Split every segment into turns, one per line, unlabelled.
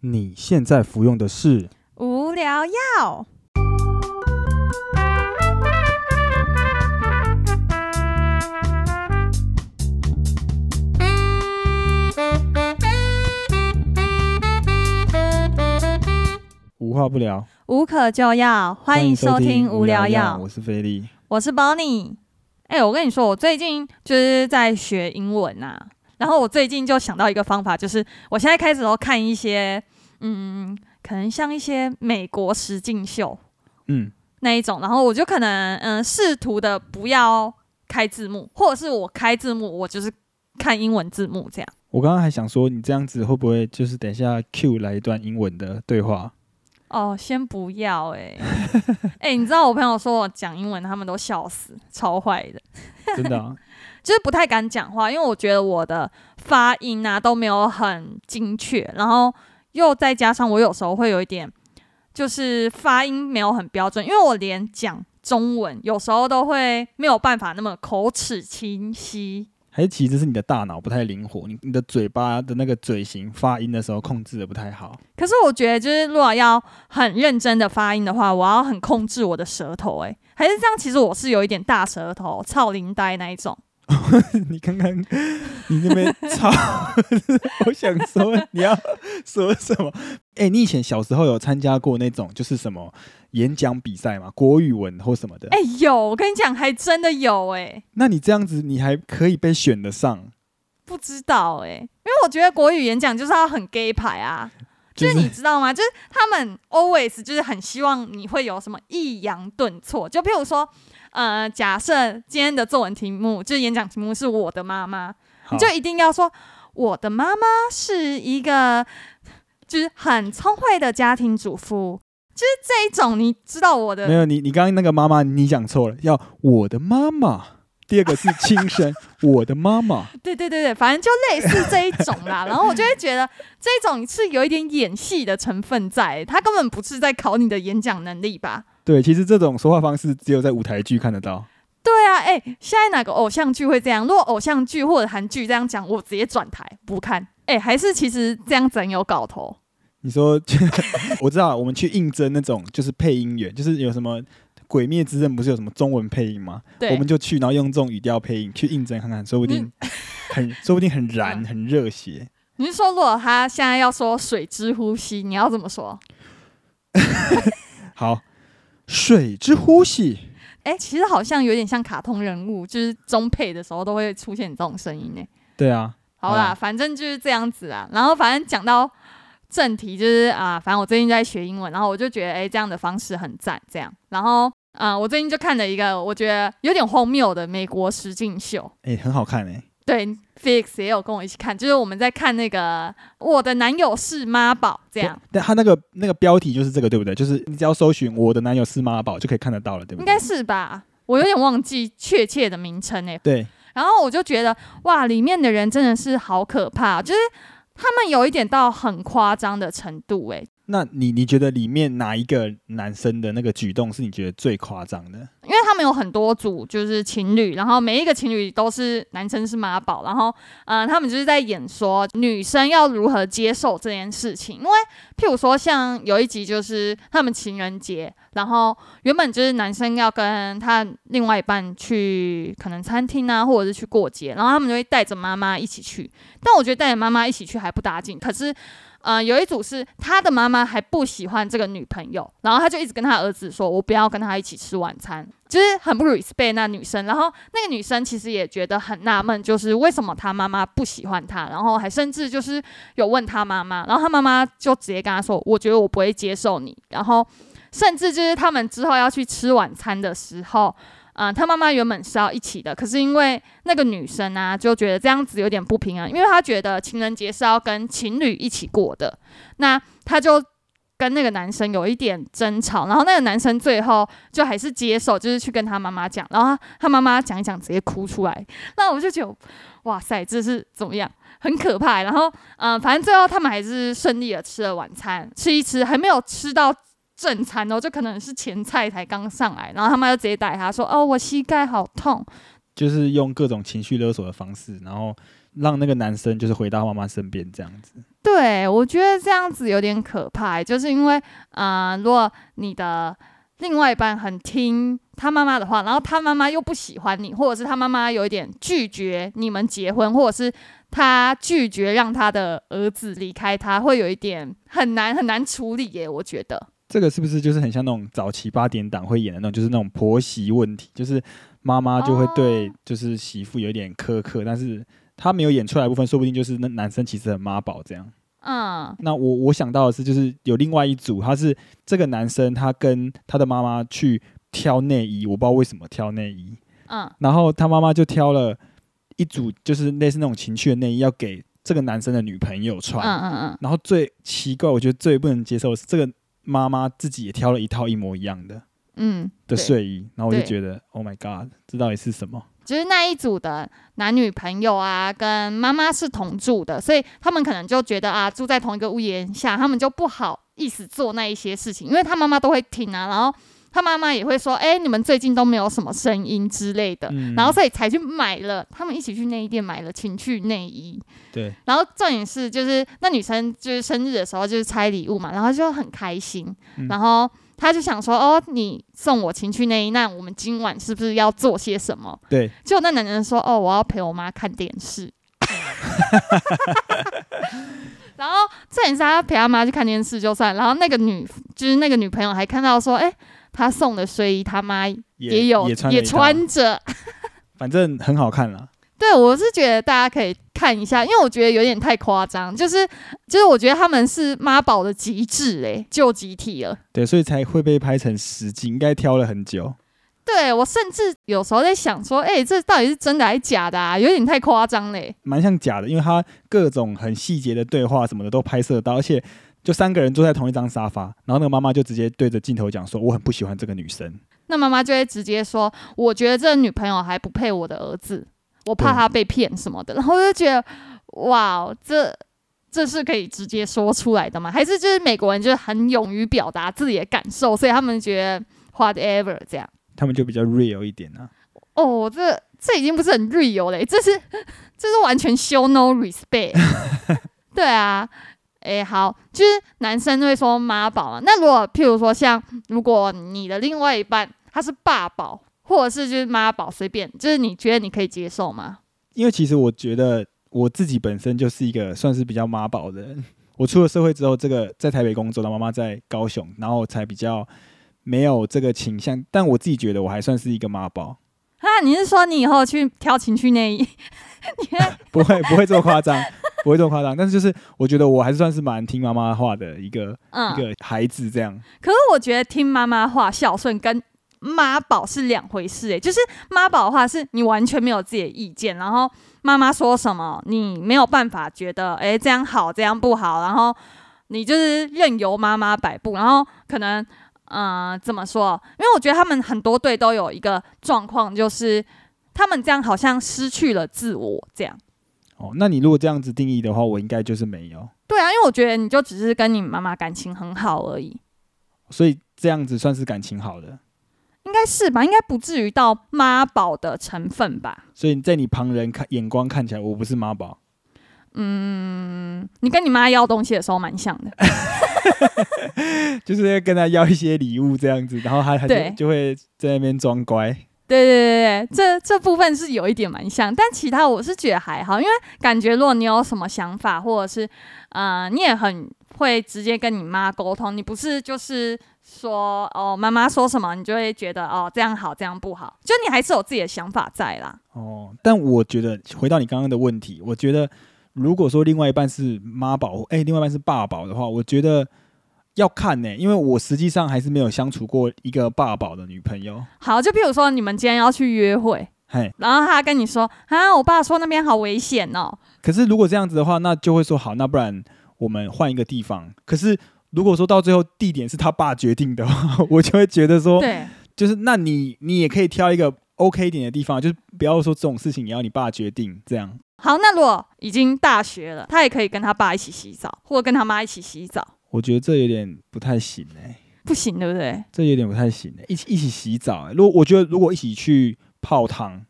你现在服用的是
无聊药。
无话不聊，
无可救药，欢迎收听无聊药，
我是菲力。
我是 Bonnie。哎、我跟你说，我最近就是在学英文呐、然后我最近就想到一个方法，就是我现在开始都看一些，嗯，可能像一些美国实境秀
嗯，
那一种，然后我就可能嗯试图的不要开字幕，或者是我开字幕，我就是看英文字幕这样。
我刚刚还想说，你这样子会不会就是等一下 Q 来一段英文的对 话？
哦，先不要哎、哎、你知道我朋友说我讲英文，他们都笑死，超坏的。
真的、啊，
就是不太敢讲话，因为我觉得我的发音啊都没有很精确，然后又再加上我有时候会有一点，就是发音没有很标准，因为我连讲中文有时候都会没有办法那么口齿清晰。
还是其实是你的大脑不太灵活，你你的嘴巴的那个嘴型发音的时候控制的不太好。
可是我觉得，就是如果要很认真的发音的话，我要很控制我的舌头、欸，诶，还是这样。其实我是有一点大舌头，操林呆那一种。
你看看 你那边操， 我想说你要说什么？哎、你以前小时候有参加过那种就是什么演讲比赛吗？国语文或什么的？
哎、有，我跟你讲，还真的有、欸，诶。
那你这样子，你还可以被选得上，
不知道哎、因为我觉得国语演讲就是要很 gay 牌啊，
就
就是是你知道吗？就是他们 always 就是很希望你会有什么抑扬顿挫，就譬如说，呃，假设今天的作文题目就是演讲题目是我的妈妈，
好
你就一定要说我的妈妈是一个就是很聪慧的家庭主妇，就是这一种，你知道我
没
的
有你，你刚刚那个妈妈，你讲错了，要我的妈 妈。第二个是亲生，我的妈妈。
对对对对，反正就类似这一种啦。然后我就会觉得这种是有一点演戏的成分在，他根本不是在考你的演讲能力吧？
对，其实这种说话方式只有在舞台剧看得到。
对啊，哎、现在哪个偶像剧会这样？如果偶像剧或者韩剧这样讲，我直接转台不看。哎、还是其实这样子很有搞头。
你说， 我知道，我们去应征那种就是配音员，就是有什么《鬼灭之刃》不是有什么中文配音吗？
对，嗯
我们就去，然后用这种语调配音去应征看看，说不定 很，说不定很燃，很热血。
你是说如果他现在要说“水之呼吸”，你要怎么说？
好，水之呼吸，
哎、其实好像有点像卡通人物，就是中配的时候都会出现这种声音呢、
对啊，
好啦，
好
反正就是这样子啊。然后反正讲到正题，就是啊、反正我最近在学英文，然后我就觉得，哎、这样的方式很赞，这样。然后，啊、我最近就看了一个我觉得有点荒谬的美国实境秀，
哎、很好看哎、
对，Felix 也有跟我一起看，就是我们在看那个《我的男友是妈宝》这样，
但他那个那个标题就是这个，对不对？就是你只要搜寻“我的男友是妈宝”就可以看得到了，对不
应
对？
该是吧？我有点忘记确切的名称诶、欸
对，
然后我就觉得哇，里面的人真的是好可怕，就是他们有一点到很夸张的程度欸诶、
那你你觉得里面哪一个男生的那个举动是你觉得最夸张的？
因为他们有很多组就是情侣，然后每一个情侣都是男生是妈宝，然后嗯、呃他们就是在演说女生要如何接受这件事情。因为譬如说，像有一集就是他们情人节，然后原本就是男生要跟他另外一半去可能餐厅啊，或者是去过节，然后他们就会带着妈妈一起去。但我觉得带着妈妈一起去还不搭劲，可是。呃，有一组是他的妈妈还不喜欢这个女朋友，然后他就一直跟他儿子说：“我不要跟他一起吃晚餐。”就是很不 respect 那女生。然后那个女生其实也觉得很纳闷，就是为什么他妈妈不喜欢他，然后还甚至就是有问他妈妈，然后他妈妈就直接跟他说：“我觉得我不会接受你。”然后甚至就是他们之后要去吃晚餐的时候。嗯、他妈妈原本是要一起的，可是因为那个女生啊，就觉得这样子有点不平衡，因为她觉得情人节是要跟情侣一起过的，那她就跟那个男生有一点争吵，然后那个男生最后就还是接受，就是去跟他妈妈讲，然后他他妈妈讲一讲，直接哭出来。那我就觉得，哇塞，这是怎么样？很可怕。然后，嗯、反正最后他们还是顺利的吃了晚餐，吃一吃，还没有吃到正餐哦，就可能是前菜才刚上来，然后他妈就直接打他说：“哦，我膝盖好痛。”
就是用各种情绪勒索的方式，然后让那个男生就是回到妈妈身边这样子。
对，我觉得这样子有点可怕，就是因为呃，如果你的另外一半很听他妈妈的话，然后他妈妈又不喜欢你，或者是他妈妈有一点拒绝你们结婚，或者是他拒绝让他的儿子离开他，会有一点很难很难处理耶，我觉得。
这个是不是就是很像那种早期八点档会演的那种，就是那种婆媳问题，就是妈妈就会对
哦
就是媳妇有一点苛刻，但是她没有演出来的部分，说不定就是那男生其实很妈宝这样。
嗯，
那我我想到的是，就是有另外一组，他是这个男生他跟他的妈妈去挑内衣，我不知道为什么挑内衣，
嗯，
然后他妈妈就挑了一组就是类似那种情趣的内衣要给这个男生的女朋友
嗯
穿，
嗯嗯，
然后最奇怪，我觉得最不能接受的是这个妈妈自己也挑了一套一模一样的
嗯，
的
对
睡衣，然后我就
对
觉得 Oh my God，这到底是什么？
就是那一组的男女朋友啊，跟妈妈是同住的，所以他们可能就觉得啊，住在同一个屋檐下，他们就不好意思做那一些事情，因为他妈妈都会听啊，然后他妈妈也会说，哎、你们最近都没有什么声音之类的，
嗯
然后所以才去买了，他们一起去内衣店买了情趣内衣，
对，
然后重点是就是那女生就是生日的时候就是拆礼物嘛，然后就很开心，
嗯
然后她就想说，哦，你送我情趣内衣，那我们今晚是不是要做些什么？
对，
结果那男人说：“哦，我要陪我妈看电视。” 然后这也是他陪他妈去看电视就算，然后那个女就是那个女朋友还看到说：“哎、他送的睡衣他妈也
也
有
也穿
也穿
了一套
着。
反正很好看啦。”
对，我是觉得大家可以看一下，因为我觉得有点太夸张，就是就是我觉得他们是妈宝的极致哎、救集体了。
对，所以才会被拍成实景，应该挑了很久。
对我甚至有时候在想说，哎、这到底是真的还是假的啊？有点太夸张嘞、
蛮像假的，因为他各种很细节的对话什么的都拍摄到，而且就三个人坐在同一张沙发，然后那个妈妈就直接对着镜头讲说：“我很不喜欢这个女生。
那妈妈就会直接说：“我觉得这女朋友还不配我的儿子，我怕
对
她被骗什么的。”然后我就觉得，哇，哦这这是可以直接说出来的吗？还是就是美国人就是很勇于表达自己的感受，所以他们觉得 whatever 这样。”
他们就比较 real 一点啊。
哦，这这已经不是很 real 嘞，这是这是完全 show no respect。对啊，诶，好，就是男生会说妈宝嘛。那如果譬如说像，如果你的另外一半他是爸宝，或者是就是妈宝，随便，就是你觉得你可以接受吗？
因为其实我觉得我自己本身就是一个算是比较妈宝的人。我出了社会之后，这个在台北工作，然后妈妈在高雄，然后才比较没有这个倾向。但我自己觉得我还算是一个妈宝，
啊，你是说你以后去挑情趣内衣？
不会不会这么夸张， 不会这么夸张。但是就是我觉得我还是算是蛮听妈妈话的一个、
嗯
一，个孩子这样。
可是我觉得听妈妈话孝顺跟妈宝是两回事、欸，诶，就是妈宝的话是你完全没有自己的意见，然后妈妈说什么你没有办法觉得，诶、这样好，这样不好，然后你就是任由妈妈摆布，然后可能。嗯，怎么说？因为我觉得他们很多队都有一个状况，就是他们这样好像失去了自我，这样。
哦，那你如果这样子定义的话，我应该就是没有，
对啊，因为我觉得你就只是跟你妈妈感情很好而已。
所以这样子算是感情好的。
应该是吧，应该不至于到妈宝的成分吧。
所以在你旁人看眼光看起来，我不是妈宝，
嗯，你跟你妈要东西的时候蛮像的。
就是要跟他要一些礼物这样子，然后他他就
对
就会在那边装乖。
对对对对，这这部分是有一点蛮像，但其他我是觉得还好，因为感觉如果你有什么想法，或者是呃，你也很会直接跟你妈沟通，你不是就是说哦，妈妈说什么，你就会觉得哦这样好，这样不好，就你还是有自己的想法在啦。
哦，但我觉得回到你刚刚的问题，我觉得如果说另外一半是妈宝，哎、另外一半是爸宝的话，我觉得要看呢、因为我实际上还是没有相处过一个爸宝的女朋友。
好，就譬如说你们今天要去约会，
嘿，
然后他跟你说啊，我爸说那边好危险哦，
可是如果这样子的话，那就会说好，那不然我们换一个地方。可是如果说到最后地点是他爸决定的话， 我就会觉得说，
对，
就是那你你也可以挑一个 OK 一点的地方，就是不要说这种事情也要你爸决定这样。
好，那如果已经大学了，他也可以跟他爸一起洗澡，或者跟他妈一起洗澡，
我觉得这有点不太行哎、
不行，对不对？嗯
这有点不太行欸、一起一起洗澡欸、如果我觉得如果一起去泡汤，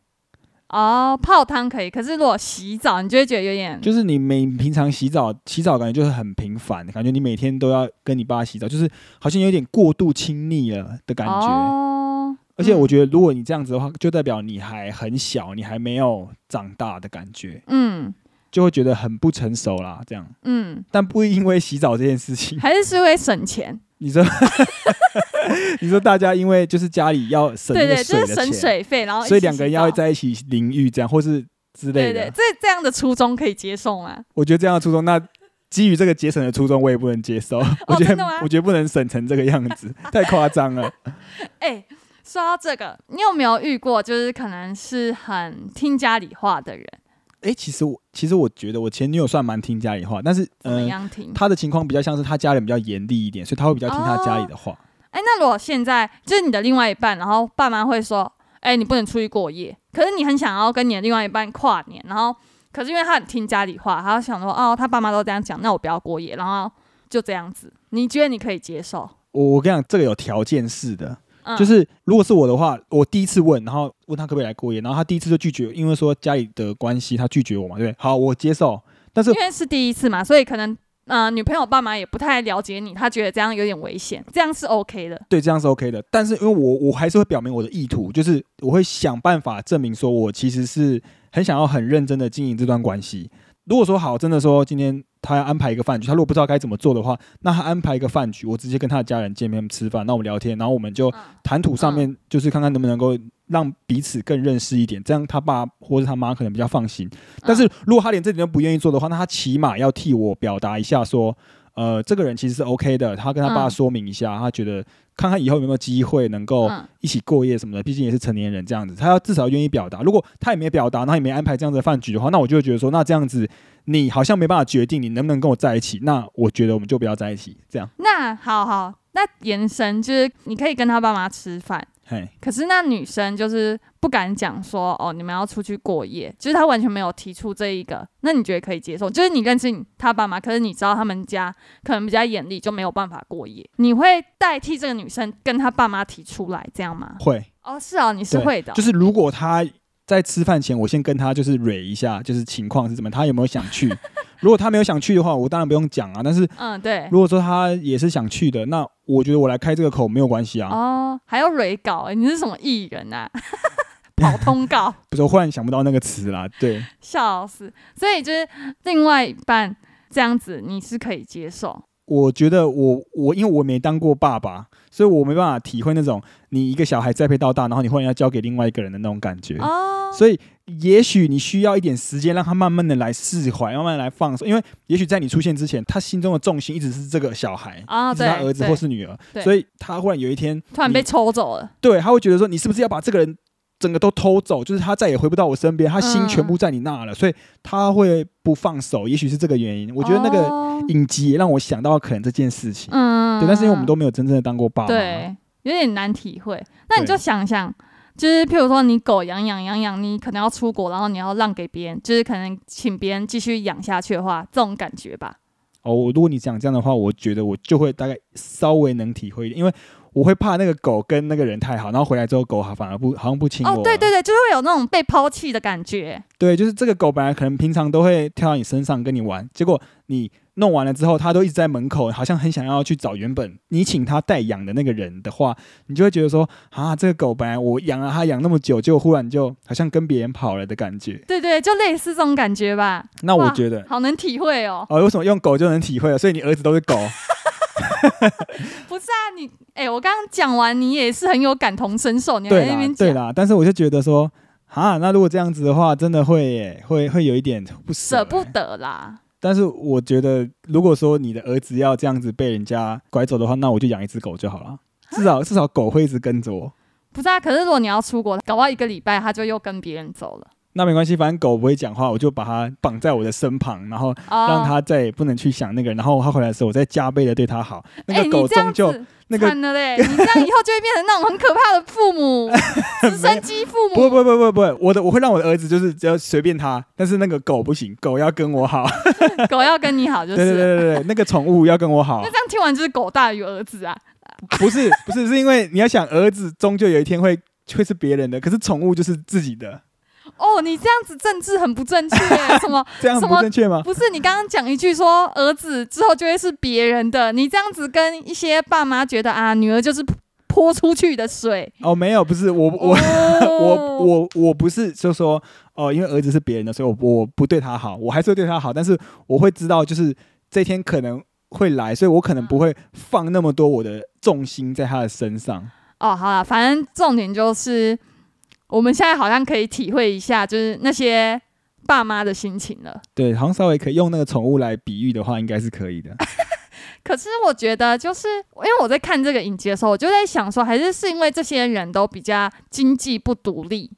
哦，泡汤可以，可是如果洗澡，你就会觉得有点
就是你每平常洗澡，洗澡感觉就是很频繁，感觉你每天都要跟你爸洗澡，就是好像有点过度亲密了的感觉。
哦，
而且我
得，
觉得，如果你这样子的话，就代表你还很小，你还没有长大的感觉，
嗯
就会觉得很不成熟啦。这样，
嗯，
但不因为洗澡这件事情，
还是是会省钱，
你说， 你说大家因为就是家里要省
对
那个
对，就
水
是
的
省
钱，
水费，然后一
所以
起
两个人
洗
要
澡哦
在一起淋浴这样，或是之类
对
的。
对，这这样的初衷可以接受吗？
我觉得这样的初衷，那基于这个节省的初衷，我也不能接受。 我觉
哦真
得
的吗
我觉得不能省成这个样子，太夸张了。
哎、说到这个，你有没有遇过就是可能是很听家里话的人？
诶，其实我其实我觉得我前女友算蛮听家里话，但是
怎么
嗯，
样听？
她的情况比较像是她家人比较严厉一点，所以她会比较听她家里的话。
哎、那如果现在就是你的另外一半，然后爸妈会说，哎、你不能出去过夜，可是你很想要跟你的另外一半跨年，然后可是因为他很听家里话，他想说，哦，他爸妈都这样讲，那我不要过夜，然后就这样子，你觉得你可以接受？
我我跟你讲，这个有条件式的，
嗯，
就是如果是我的话，我第一次问，然后问她可不可以来过夜，然后她第一次就拒绝，因为说家里的关系，她拒绝我嘛，对不对？好，我接受，但是
因为是第一次嘛，所以可能。呃，女朋友爸妈也不太了解你，他觉得这样有点危险，这样是 OK 的。
对，这样是 OK 的。但是因为我我还是会表明我的意图，就是我会想办法证明说我其实是很想要很认真的经营这段关系。如果说好，真的说今天他要安排一个饭局，他如果不知道该怎么做的话，那他安排一个饭局，我直接跟他的家人见面吃饭，那我们聊天，然后我们就
嗯
谈吐上面就是看看能不能够让彼此更认识一点，这样他爸或者他妈可能比较放心。但
嗯
是如果他连这点都不愿意做的话，那他起码要替我表达一下说。呃，这个人其实是 OK 的，他跟他爸
嗯
说明一下，他觉得看看以后有没有机会能够
嗯
一起过夜什么的，毕竟也是成年人这样子，他要至少愿意表达。如果他也没表达，然后也没安排这样子的饭局的话，那我就会觉得说，那这样子你好像没办法决定你能不能跟我在一起，那我觉得我们就不要在一起，这样。
那好好，那延伸就是你可以跟他爸妈吃饭，
嘿，
可是那女生就是不敢讲说哦，你们要出去过夜，就是她完全没有提出这一个。那你觉得可以接受？就是你认识你他爸妈，可是你知道他们家可能比较严厉，就没有办法过夜。你会代替这个女生跟她爸妈提出来，这样吗？
会
哦，是哦，你是
对
会的哦、
就是如果他在吃饭前，我先跟他就是蕊一下，就是情况是怎么样，他有没有想 去？如果他没有想去的话，我当然不用讲啊。但是
嗯，对。
如果说他也是想去的，那我觉得我来开这个口没有关系啊。
哦，还要蕊稿、欸，你是什么艺人啊？ 跑通告。
不是，我忽然想不到那个词啦。对，
笑死！所以就是另外一半这样子，你是可以接受。
我觉得我我因为我没当过爸爸，所以我没办法体会那种你一个小孩栽培到大，然后你忽然要交给另外一个人的那种感觉。
哦，
所以，也许你需要一点时间，让他慢慢的来释怀，慢慢地来放松。因为也许在你出现之前，他心中的重心一直是这个小孩，
啊
一直是他
对
儿子
对
或是女儿，
对
所以他忽然有一天
突然被
你
抽走了，
对，他会觉得说你是不是要把这个人整个都偷走，就是他再也回不到我身边，他
嗯
心全部在你那了，所以他会不放手，也许是这个原因。我觉得那个
哦
影集也让我想到可能这件事情，
嗯，
对，但是因为我们都没有真正的当过爸妈，
对，有点难体会。那你
对
就想想，就是譬如说你狗养养养养，你可能要出国，然后你要让给别人，就是可能请别人继续养下去的话，这种感觉吧。
哦，我如果你讲这样的话，我觉得我就会大概稍微能体会一点，因为我会怕那个狗跟那个人太好，然后回来之后狗反而不好像不亲我了。
哦，对对对，就是会有那种被抛弃的感觉。
对，就是这个狗本来可能平常都会跳到你身上跟你玩，结果你弄完了之后，它都一直在门口，好像很想要去找原本你请它代养的那个人的话，你就会觉得说啊，这个狗本来我养啊了它养那么久，结果忽然就好像跟别人跑了的感觉。
对对，就类似这种感觉吧。
那哦我
哇
觉得。
好能体会哦。
哦，为什么用狗就能体会了？所以你儿子都是狗，
不是啊，你哎、我刚刚讲完，你也是很有感同身受， 你还
对
在那
啦
边，
对
讲
啦。但是我就觉得说，啊，那如果这样子的话，真的会耶会会有一点不舍
舍不
欸
得啦。
但是我觉得，如果说你的儿子要这样子被人家拐走的话，那我就养一只狗就好
啊
了。至少至少狗会一直跟着我，
不是啊，可是如果你要出国，搞不好一个礼拜他就又跟别人走了，
那没关系，反正狗不会讲话，我就把它绑在我的身旁，然后
哦
让它再也不能去想那个人。然后它回来的时候，我再加倍的对它好。那
哎，
个
你
狗
这样
终究、
子
那个
惨了嘞！你这样以后就会变成那种很可怕的 父母，直升机父
不
母。
不不不不，我的我会让我的儿子就是只要随便它，但是那个狗不行，狗要跟我好。
狗要跟你好就
对对
是。
对对对，那个宠物要跟我 好
那。这样听完就是狗大于儿子啊！
不是不是，是因为你要想儿子终究有一天会会是别人的，可是宠物就是自己的。
哦，你这样子政治很不正确，什么？
这样很
什
不
么
正确吗？
不是你刚刚讲一句说儿子之后就会是别人的，你这样子跟一些爸妈觉得啊，女儿就是泼出去的水。
哦，没有，不是我我、
哦
我我我不是就说哦、因为儿子是别人的，所以我我不对他好，我还是会对他好，但是我会知道就是这天可能会来，所以我可能不会放那么多我的重心在他的身上。
哦，好了，反正重点就是我们现在好像可以体会一下，就是那些爸妈的心情了。
对，好像稍微可以用那个宠物来比喻的话，应该是可以的。
可是我觉得，就是因为我在看这个影集的时候，我就在想说，还是是因为这些人都比较经济不独立，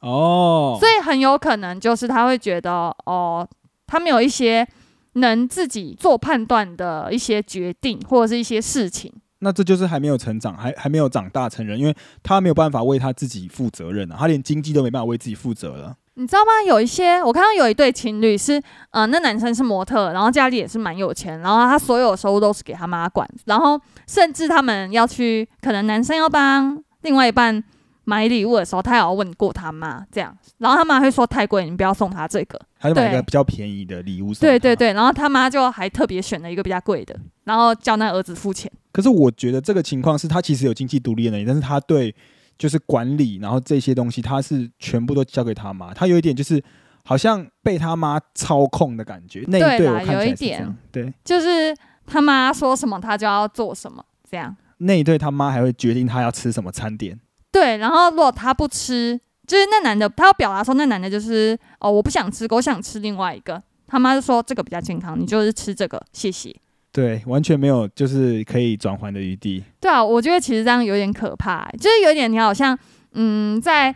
哦，
所以很有可能就是他会觉得，哦，他们有一些能自己做判断的一些决定或者是一些事情。
那这就是还没有成长，还还没有长大成人，因为他没有办法为他自己负责任啊，他连经济都没办法为自己负责了。
你知道吗？有一些我看到有一对情侣是，嗯、那男生是模特，然后家里也是蛮有钱，然后他所有收入都是给他妈管，然后甚至他们要去，可能男生要帮另外一半买礼物的时候，他也要问过他妈这样，然后他妈会说太贵，你不要送他这个。
他就买一个
对
比较便宜的礼物送
对对
他
对，然后他妈就还特别选了一个比较贵的，然后叫那儿子付钱。
可是我觉得这个情况是他其实有经济独立的能力，但是他对就是管理，然后这些东西他是全部都交给他妈，他有一点就是好像被他妈操控的感觉。那一
对
对
啦
我看起来
有一
是这样
点，
对
就是他妈说什么他就要做什么这样。
那一对他妈还会决定他要吃什么餐点。
对，然后如果他不吃，就是那男的，他要表达说那男的就是哦，我不想吃，我想吃另外一个。他妈就说这个比较健康，你就是吃这个，谢谢。
对，完全没有就是可以转换的余地。
对啊，我觉得其实这样有点可怕、欸就是有点你好像嗯在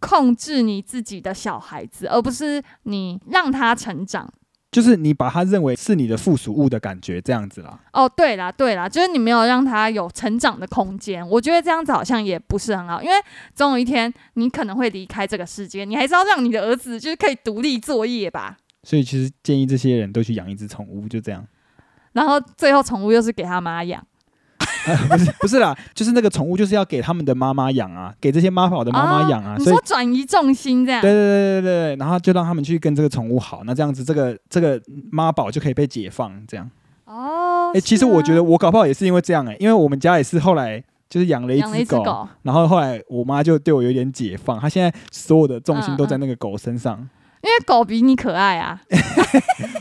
控制你自己的小孩子，而不是你让他成长。
就是你把他认为是你的附属物的感觉这样子啦，
哦，对啦，对啦，就是你没有让他有成长的空间，我觉得这样子好像也不是很好，因为总有一天你可能会离开这个世界，你还是要让你的儿子就是可以独立作业吧。
所以其实建议这些人都去养一只宠物，就这样。
然后最后宠物又是给他妈养，
不是不是啦，就是那个宠物就是要给他们的妈妈养啊，给这些妈宝的妈妈养啊，
哦你
所以
说转移重心这样
对，对对对对，对然后就让他们去跟这个宠物好，那这样子这个这个妈宝就可以被解放。这样，
哦，
哎、其实
是吗
我觉得我搞不好也是因为这样哎、因为我们家也是后来就是养了一
养了一
只
只
狗，
狗，
然后后来我妈就对我有点解放，她现在所有的重心都在
嗯
那个狗身上。
因为狗比你可爱啊，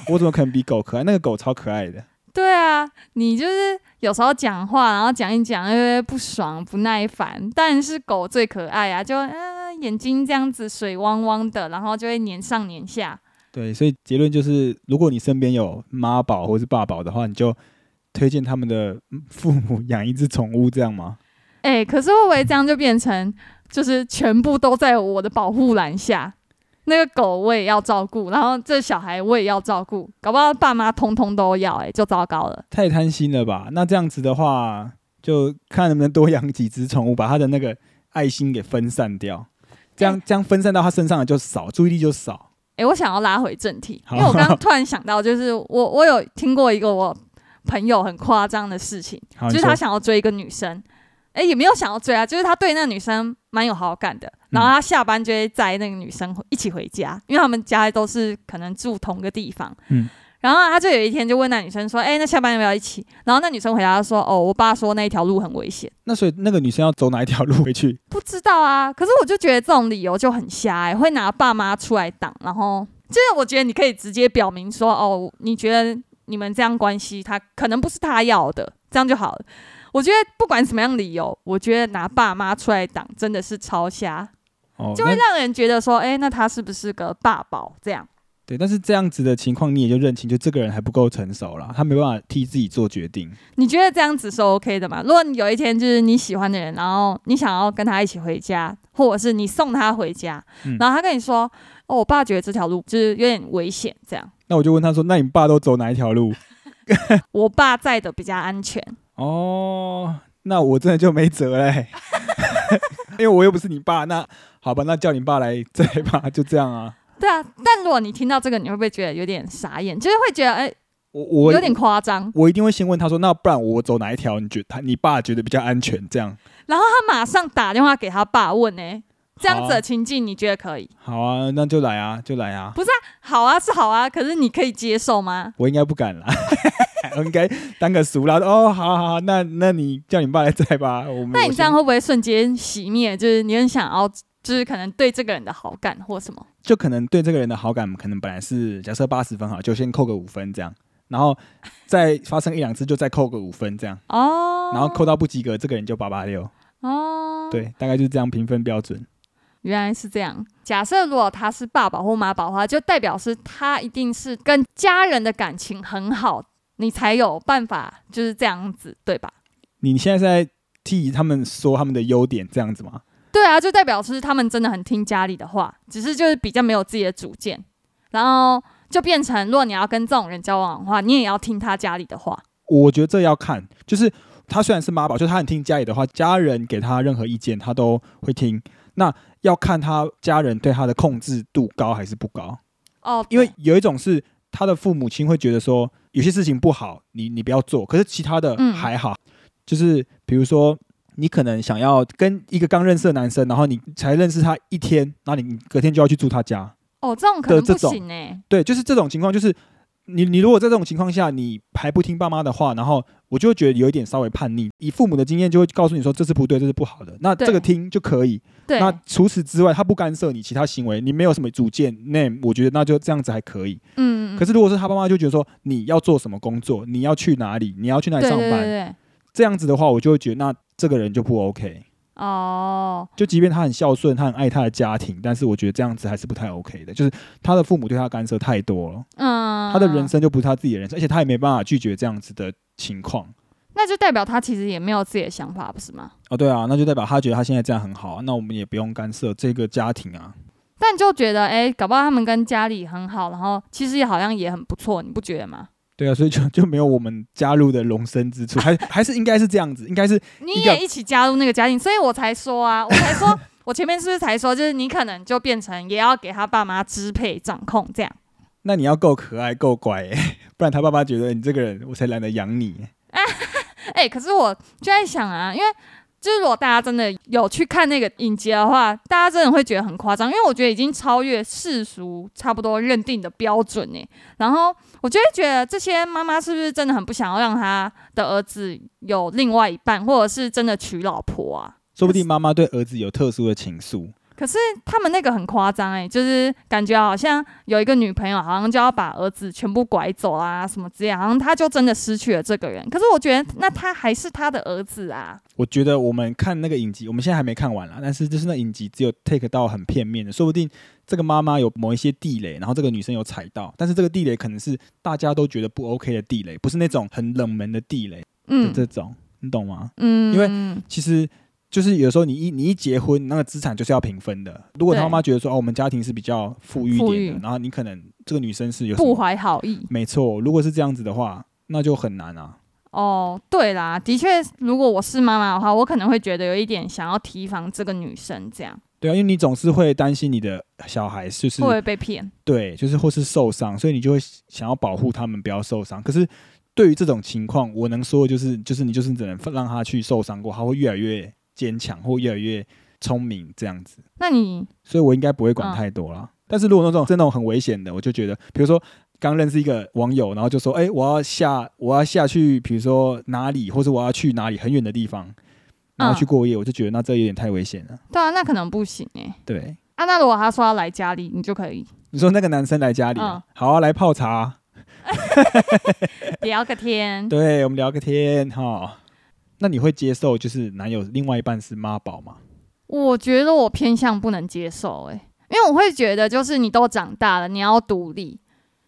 我怎么可能比狗可爱？那个狗超可爱的。
对啊，你就是有时候讲话，然后讲一讲又会不爽不耐烦，但是狗最可爱啊，就嗯、呃眼睛这样子水汪汪的，然后就会黏上黏下，
对，所以结论就是，如果你身边有妈宝或是爸宝的话，你就推荐他们的父母养一只宠物，这样吗？
哎、可是会不会这样就变成就是全部都在我的保护栏下？那个狗我也要照顾，然后这小孩我也要照顾，搞不好爸妈通通都要、哎，就糟糕了。
太贪心了吧？那这样子的话，就看能不能多养几只宠物，把它的那个爱心给分散掉。这样这样分散到它身上的就少，注意力就少。
哎、我想要拉回正题，
好
因为我刚刚突然想到，就是我我有听过一个我朋友很夸张的事情，
好，
就是
你说
他想要追一个女生，哎、也没有想要追啊，就是他对那个女生蛮有好感的，
嗯
然后他下班就会载那个女生回一起回家，因为他们家都是可能住同个地方，
嗯
然后他就有一天就问那女生说：“哎、那下班要不要一起？”然后那女生回答他说：“哦，我爸说那一条路很危险。”
那所以那个女生要走哪一条路回去？
不知道啊，可是我就觉得这种理由就很瞎、欸，会拿爸妈出来挡，然后就是我觉得你可以直接表明说，哦，你觉得你们这样关系，他可能不是他要的，这样就好了。我觉得不管什么样理由，我觉得拿爸妈出来挡真的是超瞎，
哦，
就会
那
让人觉得说，哎、那他是不是个爸宝？这样
对，但是这样子的情况你也就认清，就这个人还不够成熟啦，他没办法替自己做决定。
你觉得这样子是 OK 的吗？如果你有一天就是你喜欢的人，然后你想要跟他一起回家，或者是你送他回家，
嗯
然后他跟你说，哦，我爸觉得这条路就是有点危险，这样。
那我就问他说：“那你爸都走哪一条路
我爸在的比较安全。？”
哦，那我真的就没辙嘞、 因为我又不是你爸。那好吧，那叫你爸来载吧，就这样啊。
对啊，但如果你听到这个，你会不会觉得有点傻眼？就是会觉得哎、
我我
有点夸张。
我一定会先问他说，那不然我走哪一条？你觉得他你爸觉得比较安全？这样
然后他马上打电话给他爸问哎、这样子
好啊
的情境，你觉得可以？
好啊，那就来啊，就来啊。
好啊，是好啊，可是你可以接受吗？
我应该不敢啦， 我应该当个俗啦。哦，好好好，那那你叫你爸来载吧。我们
那你这
我
样
先
会不会瞬间熄灭？就是你很想要，就是可能对这个人的好感或什么？
就可能对这个人的好感，可能本来是假设八十分好，就先扣个五分这样，然后再发生一两次就再扣个五分这样，
哦，
然后扣到不及格，这个人就八八六。
哦，，
对，大概就是这样评分标准。
原来是这样。假设如果他是爸爸或妈宝的话，就代表是他一定是跟家人的感情很好，你才有办法就是这样子，对吧？
你现在是在替他们说他们的优点这样子吗？
对啊，就代表是他们真的很听家里的话，只是就是比较没有自己的主见，然后就变成，如果你要跟这种人交往的话，你也要听他家里的话。
我觉得这要看，就是他虽然是妈宝，就是他很听家里的话，家人给他任何意见他都会听。那要看他家人对他的控制度高还是不高，
哦，
因为有一种是他的父母亲会觉得说有些事情不好，你你不要做，可是其他的
嗯
还好，就是比如说。你可能想要跟一个刚认识的男生，然后你才认识他一天，然后你你隔天就要去住他家，
哦，这种可能
的
不
这种
行哎、
对，就是这种情况，就是你你如果在这种情况下，你还不听爸妈的话，然后我就会觉得有一点稍微叛逆。以父母的经验，就会告诉你说这是不对，这是不好的。那这个
对
听就可以。
对，嗯
那除此之外，他不干涉你其他行为，你没有什么主见，那我觉得那就这样子还可以。
嗯，
可是如果是他爸妈就觉得说你要做什么工作，你要去哪里，你要去哪里
对
上班，
对对对，
这样子的话，我就会觉得那这个人就不 OK。
哦，
就即便他很孝顺，他很爱他的家庭，但是我觉得这样子还是不太 OK 的，就是他的父母对他干涉太多了。
嗯，
他的人，生就不是他自己的人生，而且他也没办法拒绝这样子的情况。
那就代表他其实也没有自己的想法，不是吗？
哦，对啊，那就代表他觉得他现在这样很好、啊，那我们也不用干涉这个家庭啊。
但就觉得，哎、搞不好他们跟家里很好，然后其实也好像也很不错，你不觉得吗？
对啊，所以就就没有我们加入的容身之处，还 还是应该是这样子，应该是
你
一个
也一起加入那个家庭，所以我才说啊，我才说，我前面是不是才说，就是你可能就变成也要给他爸妈支配掌控这样。
那你要够可爱够乖、欸， 不然他爸爸觉得你这个人我才懒得养你、
哎、可是我就在想啊，因为就是如果大家真的有去看那个影集的话，大家真的会觉得很夸张，因为我觉得已经超越世俗差不多认定的标准呢、然后我就会觉得这些妈妈是不是真的很不想要让她的儿子有另外一半，或者是真的娶老婆啊？
说不定妈妈对儿子有特殊的情愫，
可是他们那个很夸张哎，就是感觉好像有一个女朋友，好像就要把儿子全部拐走啦、什么之类，好像他就真的失去了这个人。可是我觉得那他还是他的儿子啊，
我觉得我们看那个影集，我们现在还没看完啦，但是就是那影集只有 take 到很片面的，说不定这个妈妈有某一些地雷，然后这个女生有踩到，但是这个地雷可能是大家都觉得不 OK 的地雷，不是那种很冷门的地雷的
嗯
这种，你懂吗？
嗯，
因为
为
其实。就是有时候你一你一结婚，那个资产就是要平分的。如果他
对
妈妈觉得说哦，我们家庭是比较富裕一
富
点的
裕，
然后你可能这个女生是有什
不
么
怀好意
没错，如果是这样子的话，那就很难啊。
哦，对啦，的确，如果我是妈妈的话，我可能会觉得有一点想要提防这个女生，这样
对啊，因为你总是会担心你的小孩就是
会不会被骗？
对，就是或是受伤，所以你就会想要保护他们不要受伤。可是对于这种情况，我能说的就是，就是你就是只能让他去受伤过，他会越来越坚强，或越来越聪明这样子。
那你
所以我应该不会管
嗯
太多啦。但是如果那种真的很危险的，我就觉得，比如说刚认识一个网友，然后就说，哎、我要下，我要下去，比如说哪里，或者我要去哪里很远的地方，然后去
嗯
过夜，我就觉得那这有点太危险了。
对啊，那可能不行哎、
对，
啊，那如果他说要来家里，你就可 以
你说那个男生来家里啊、
嗯
好啊，来泡茶啊、
聊个天，
对，我们聊个天哈。那你会接受就是男友另外一半是妈宝吗？
我觉得我偏向不能接受、欸，因为我会觉得就是你都长大了，你要独立。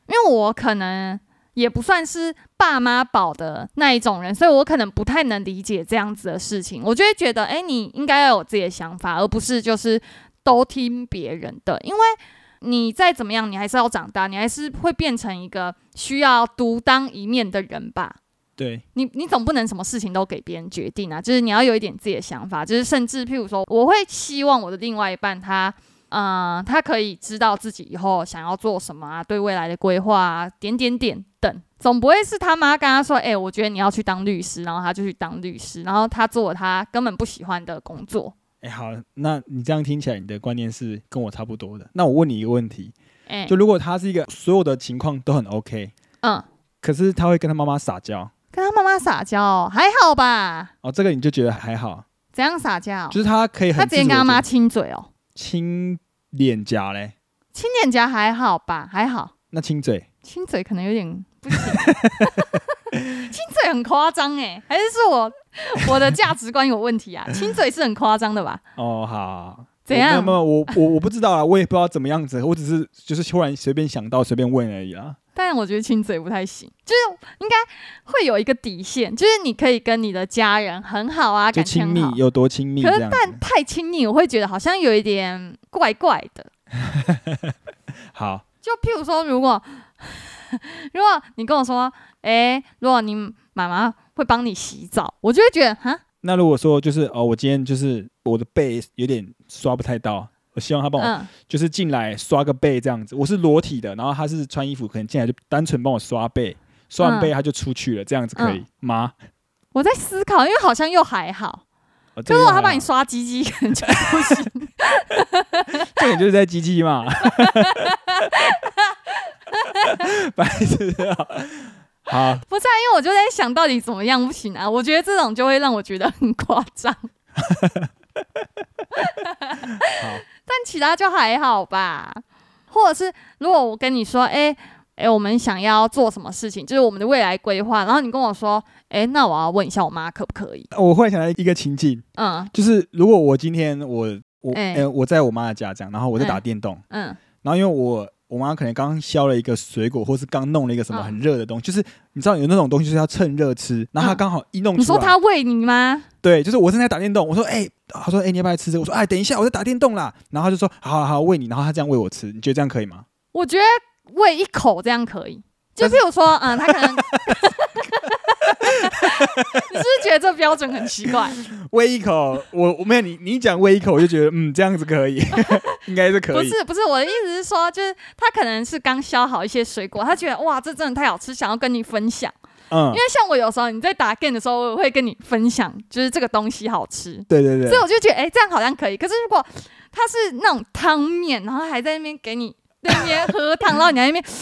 因为我可能也不算是爸妈宝的那一种人，所以我可能不太能理解这样子的事情。我就会觉得，哎、你应该要有自己的想法，而不是就是都听别人的，因为。你再怎么样，你还是要长大，你还是会变成一个需要独当一面的人吧。
对，
你你总不能什么事情都给别人决定啊，就是你要有一点自己的想法，就是甚至譬如说，我会希望我的另外一半他，嗯、他可以知道自己以后想要做什么啊，对未来的规划啊，点点点等，总不会是他妈跟他说，哎、我觉得你要去当律师，然后他就去当律师，然后他做了他根本不喜欢的工作，
哎、哎、好，那你这样听起来，你的观念是跟我差不多的。那我问你一个问题，
哎、
就如果他是一个所有的情况都很 OK，
嗯，
可是他会跟他妈妈撒娇，
跟他妈妈撒娇哦还好吧？
哦，这个你就觉得还好，
怎样撒娇？
就是他可以很
他哦直接
自
跟
主地
他妈亲嘴哦，
亲脸颊嘞，
亲脸颊还好吧？还好，
那亲嘴，
亲嘴可能有点不行， 亲嘴很夸张哎，还是是我我的价值观有问题啊？亲嘴是很夸张的吧？
哦，好，
怎样
我没有没有，我我我不知道 啊，我也不知道怎么样子，我只是就是突然随便想到随便问而已啦。
但我觉得亲嘴不太行，就是应该会有一个底线，就是你可以跟你的家人很好啊，
就
感情
亲
很
密
好。
有多亲密
可
这
是
样子。
太亲密，我会觉得好像有一点怪怪的。
好，
就譬如说，如果 如果你跟我说，诶，如果你妈妈会帮你洗澡，我就会觉得哈，
那如果说就是哦，我今天就是我的背有点刷不太到，我希望他帮我
嗯，
就是进来刷个背这样子。我是裸体的，然后他是穿衣服，可能进来就单纯帮我刷背，刷
嗯
完背他就出去了，这样子可以吗？
我在思考，因为好像又还好。
哦
可
这个
是如
又还好
果他帮你刷鸡鸡， 可能就不行。
重点就是在鸡鸡嘛， 白痴啊！好，
不是、啊，因为我就在想到底怎么样不行啊？我觉得这种就会让我觉得很夸张。但其他就还好吧。或者是如果我跟你说，哎、诶哎、我们想要做什么事情，就是我们的未来规划，然后你跟我说，哎、那我要问一下我妈可不可以？
我忽然想到一个情境，
嗯
就是如果我今天我我
哎
呃我在我妈的家这样，然后我在打电动，
嗯
然后因为我我妈可能刚削了一个水果，或是刚弄了一个什么
嗯
很热的东西，就是你知道有那种东西就是要趁热吃，然后她
嗯
刚好一弄
你
出
说
来，
她喂你吗？
对，就是我正在打电动，我说哎，她说哎你要不要吃这个？我说哎等一下我在打电动啦，然后她就说好好好喂你，然后她这样喂我吃，你觉得这样可以吗？
我觉得喂一口这样可以。就譬如说，嗯，她可能，你 是不是觉得这标准很奇怪？
喂一口，我我没有你你一讲喂一口，我就觉得嗯这样子可以， 应该是可以，
不是不是，我的意思是说，就是他可能是刚削好一些水果，他觉得哇，这真的太好吃，想要跟你分享。
嗯
因为，像我有时候你在打 game 的时候，我也会跟你分享，就是这个东西好吃，
对对
所以
对，
我就觉得哎、诶这样好像可以。可是如果他是那种汤面，然后还在那边给你在那边喝汤，然后你还在那边。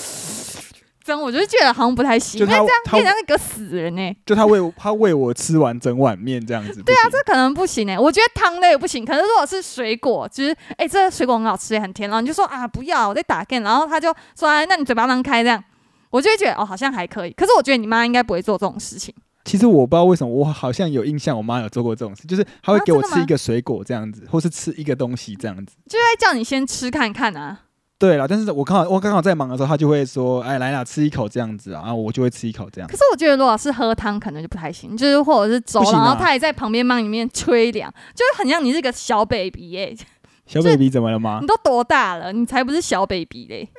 真，我就觉得好像不太行，
就
因为
他
这样
他
变成一个死人呢、
就她喂我她喂我吃完整碗面这样子，对啊，这
这可能不行哎、我觉得汤类不行。可是如果是水果，就是哎、欸这个水果很好吃、很甜，然后你就说啊不要，我在打 game，然后他就说哎、那你嘴巴张开这样，我就会觉得哦好像还可以。可是我觉得你妈应该不会做这种事情。
其实我不知道为什么，我好像有印象，我妈有做过这种事，就是她会
啊
给我
真的
吃
吗
一个水果这样子，或是吃一个东西这样子。
该叫你先吃看看啊。
对啦，但是我刚好我刚好在忙的时候，她就会说：“哎，来啦，吃一口这样子啊。”啊，我就会吃一口这样
可。是我觉得如果是喝汤，可能就不太行，就是或者是粥，
不行
然
啊
后他也在旁边帮你面吹凉，就是很像你是个小 baby 哎、
小 baby 怎么了吗
你？都多大了，你才不是小 baby 嘞、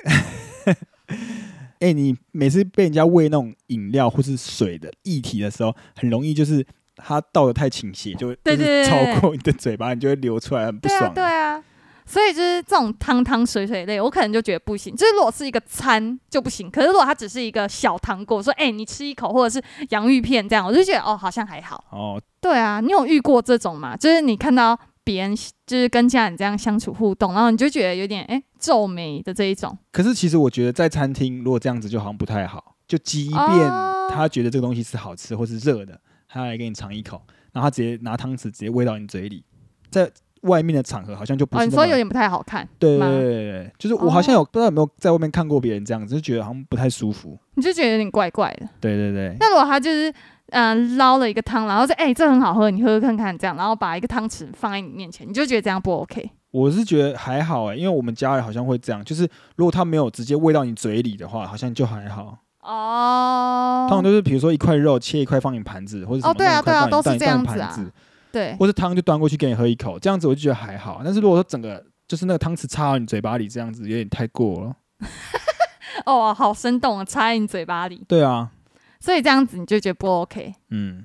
哎、你每次被人家喂那种饮料或是水的液体的时候，很容易就是它倒的太倾斜，就会
对
就是
对对
超过你的嘴巴，你就会流出来，很不
对啊，
爽。
对啊。所以就是这种汤汤水水类，我可能就觉得不行。就是如果是一个餐就不行，可是如果它只是一个小糖果，说哎、你吃一口，或者是洋芋片这样，我就觉得哦好像还好。
哦，
对啊，你有遇过这种吗？就是你看到别人就是跟家人这样相处互动，然后你就觉得有点哎、皱眉的这一种。
可是其实我觉得在餐厅如果这样子就好像不太好，就即便
哦
他觉得这个东西是好吃或是热的，他来给你尝一口，然后他直接拿汤匙直接喂到你嘴里，在外面的场合好像就不
哦，
是
你
那么、
说有点不太好看，
对对
吗哦
对对对，就是我好像有、不知道有没有在外面看过别人这样子，就觉得好像不太舒服。
你就觉得有点怪怪的。
对对对，
那如果他就是嗯、呃捞了一个汤，然后说哎、这很好喝，你喝喝看看这样，然后把一个汤匙放在你面前，你就觉得这样不 OK。
我是觉得还好哎、因为我们家人好像会这样，就是如果他没有直接喂到你嘴里的话，好像就还好。
哦，
通常都是比如说一块肉切一块放你盘子，或者什么
哦对啊
弄一块
对啊
放你
都是
放你
这样
放你
子
盘
啊
子
对，
或是汤就端过去给你喝一口，这样子我就觉得还好。但是如果说整个就是那个汤匙插到你嘴巴里，这样子有点太过了。
哦，好生动啊，插在你嘴巴里，
对啊，
所以这样子你就觉得不 OK。
嗯，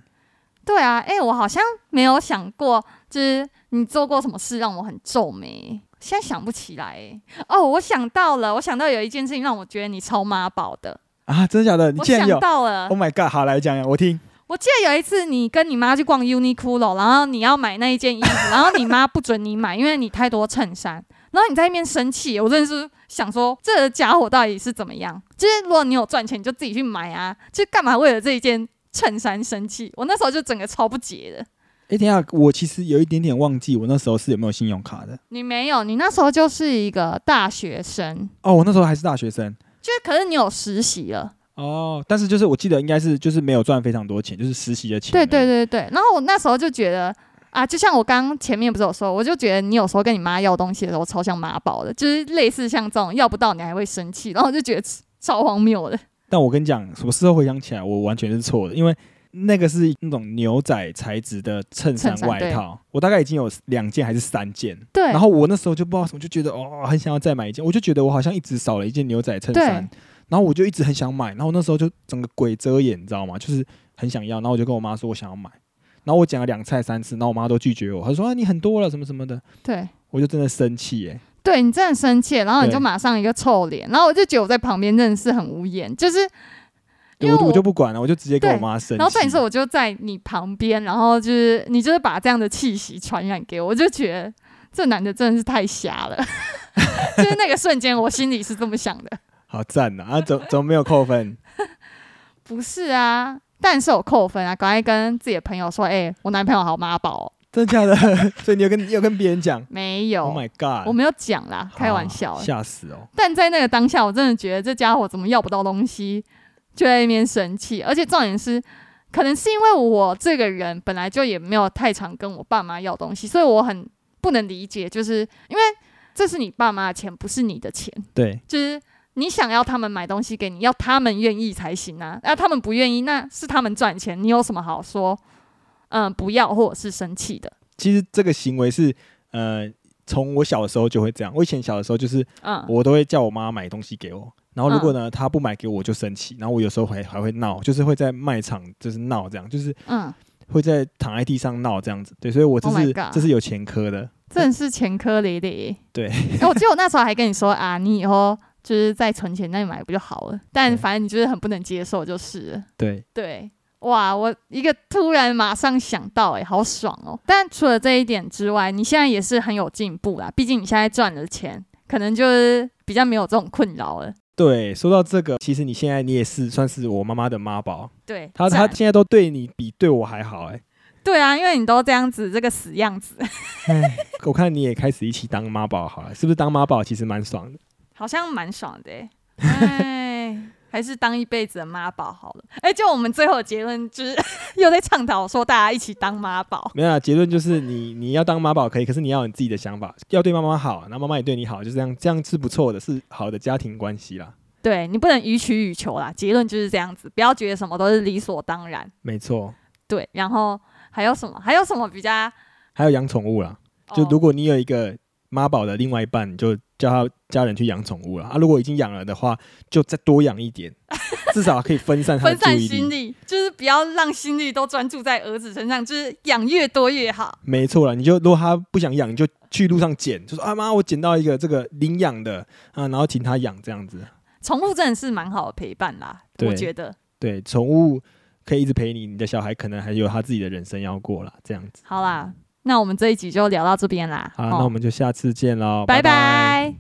对啊，哎、我好像没有想过，就是你做过什么事让我很皱眉，现在想不起来、欸。哦，我想到了，我想到有一件事情让我觉得你超妈宝的，
啊，真的假的？你 Oh
我
竟然有哦
想到了
？Oh，my god！好，来讲讲，我听。
我记得有一次你跟你妈去逛 Uniqlo，然后你要买那一件衣服，然后你妈不准你买，因为你太多衬衫。然后你在那边生气，我真的是想说，这个家伙到底是怎么样？ 就是如果你有赚钱，你就自己去买啊，就干嘛为了啊这一件衬衫生气？我那时候就整个超不解的。
哎，等一下，我其实有一点点忘记我那时候是有没有信用卡的。
你没有，你那时候就是一个大学生，
哦，我那时候还是大学生。
就是可是你有实习了。
哦，但是就是我记得应该是就是没有赚非常多钱，就是实习的钱。
对对。对对，然后我那时候就觉得啊，就像我刚刚前面不是有说，我就觉得你有时候跟你妈要东西的时候超像妈宝的，就是类似像这种要不到你还会生气，然后我就觉得超荒 谬的。
但我跟你讲，我事后回想起来，我完全是错的，因为那个是那种牛仔材质的衬衫
衬衫
外
对
套，我大概已经有两件还是三件。
对，
然后我那时候就不知道为什么，就觉得哦，很想要再买一件，我就觉得我好像一直少了一件牛仔衬衫，然后我就一直很想买，然后那时候就整个鬼遮眼，你知道吗？就是很想要，然后我就跟我妈说我想要买，然后我讲了两次还三次，然后我妈都拒绝我，她说啊你很多了什么什么的，
对
我就真的生气耶、
对，你真的生气，然后你
对
就马上一个臭脸，然后我就觉得我在旁边真的是很无言，就是。因
对
为
我就
我
我就不管了，我就直接跟我妈生气。
然后这一次我就在你旁边，然后就是你就是把这样的气息传染给我，我就觉得这男的真的是太瞎了， 就是那个瞬间我心里是这么想的。
好赞呐、啊，怎怎么没有扣分？
不是啊，但是有扣分啊，赶快跟自己的朋友说，哎、我男朋友好妈宝、哦，
真的假 的？所以你有跟你有跟别人讲
没有
？Oh my god！
我没有讲啦，开玩笑
啊
的。
吓死哦！
但在那个当下，我真的觉得这家伙怎么要不到东西，就在那边生气，而且重点是。可能是因为我这个人本来就也没有太常跟我爸妈要东西，所以我很不能理解，就是因为这是你爸妈的钱，不是你的钱。
对，
就是你想要他们买东西给你，要他们愿意才行啊。那、他们不愿意，那是他们赚钱，你有什么好说？嗯，不要或者是生气的，
其实这个行为是呃，从我小的时候就会这样。我以前小的时候就是
嗯，
我都会叫我妈买东西给我，然后如
啊
果呢、她不买给我，我就生气，然后我有时候还还会闹，就是会在卖场就是闹这样，就是
嗯，
会在躺在地上闹这样子。对，所以我这
Oh my
是、
God
这是有前科的。
真的是前科累累。
对
哎、我记得我那时候还跟你说啊，你以后就是再存钱再买不就好了？但
对
反正你就是很不能接受，就是了
对，
对。哇，我一个突然马上想到、哎，好爽哦！但除了这一点之外，你现在也是很有进步啦，毕竟你现在赚了钱，可能就是比较没有这种困扰了。
对，说到这个，其实你现在你也是算是我妈妈的妈宝，
对，
她她
赞
现在都对你比对我还好哎、
对啊，因为你都这样子，这个死样子，
我看你也开始一起当妈宝好了，是不是当妈宝其实蛮爽的？
好像蛮爽的欸、哎，还是当一辈子的妈宝好了。哎、就我们最后的结论就是 又在倡导说大家一起当妈宝。
没有啊啦，结论就是你你要当妈宝可以，可是你要有你自己的想法，要对妈妈好，然后妈妈也对你好，就这样，这样是不错的，是好的家庭关系啦。
对你不能予取予求啦，结论就是这样子，不要觉得什么都是理所当然。
没错，
对，然后还有什么？还有什么比较？
还有养宠物啦，就
哦
如果你有一个妈宝的另外一半，你就叫他家人去养宠物啦。啊，如果已经养了的话，就再多养一点， 至少可以分散他的
分
注
散
意
心
力。
力，就是不要让心力都专注在儿子身上，就是养越多越好。
没错啦，你就如果他不想养，你就去路上捡，就说啊妈，我捡到一个这个领养的啊，然后请他养这样子。
宠物真的是蛮好的陪伴啦，我
对
觉得。
对，宠物可以一直陪你，你的小孩可能还有他自己的人生要过啦，这样子。
好啦，那我们这一集就聊到这边啦。
好，
哦
那我们就下次见喽，
拜
拜
拜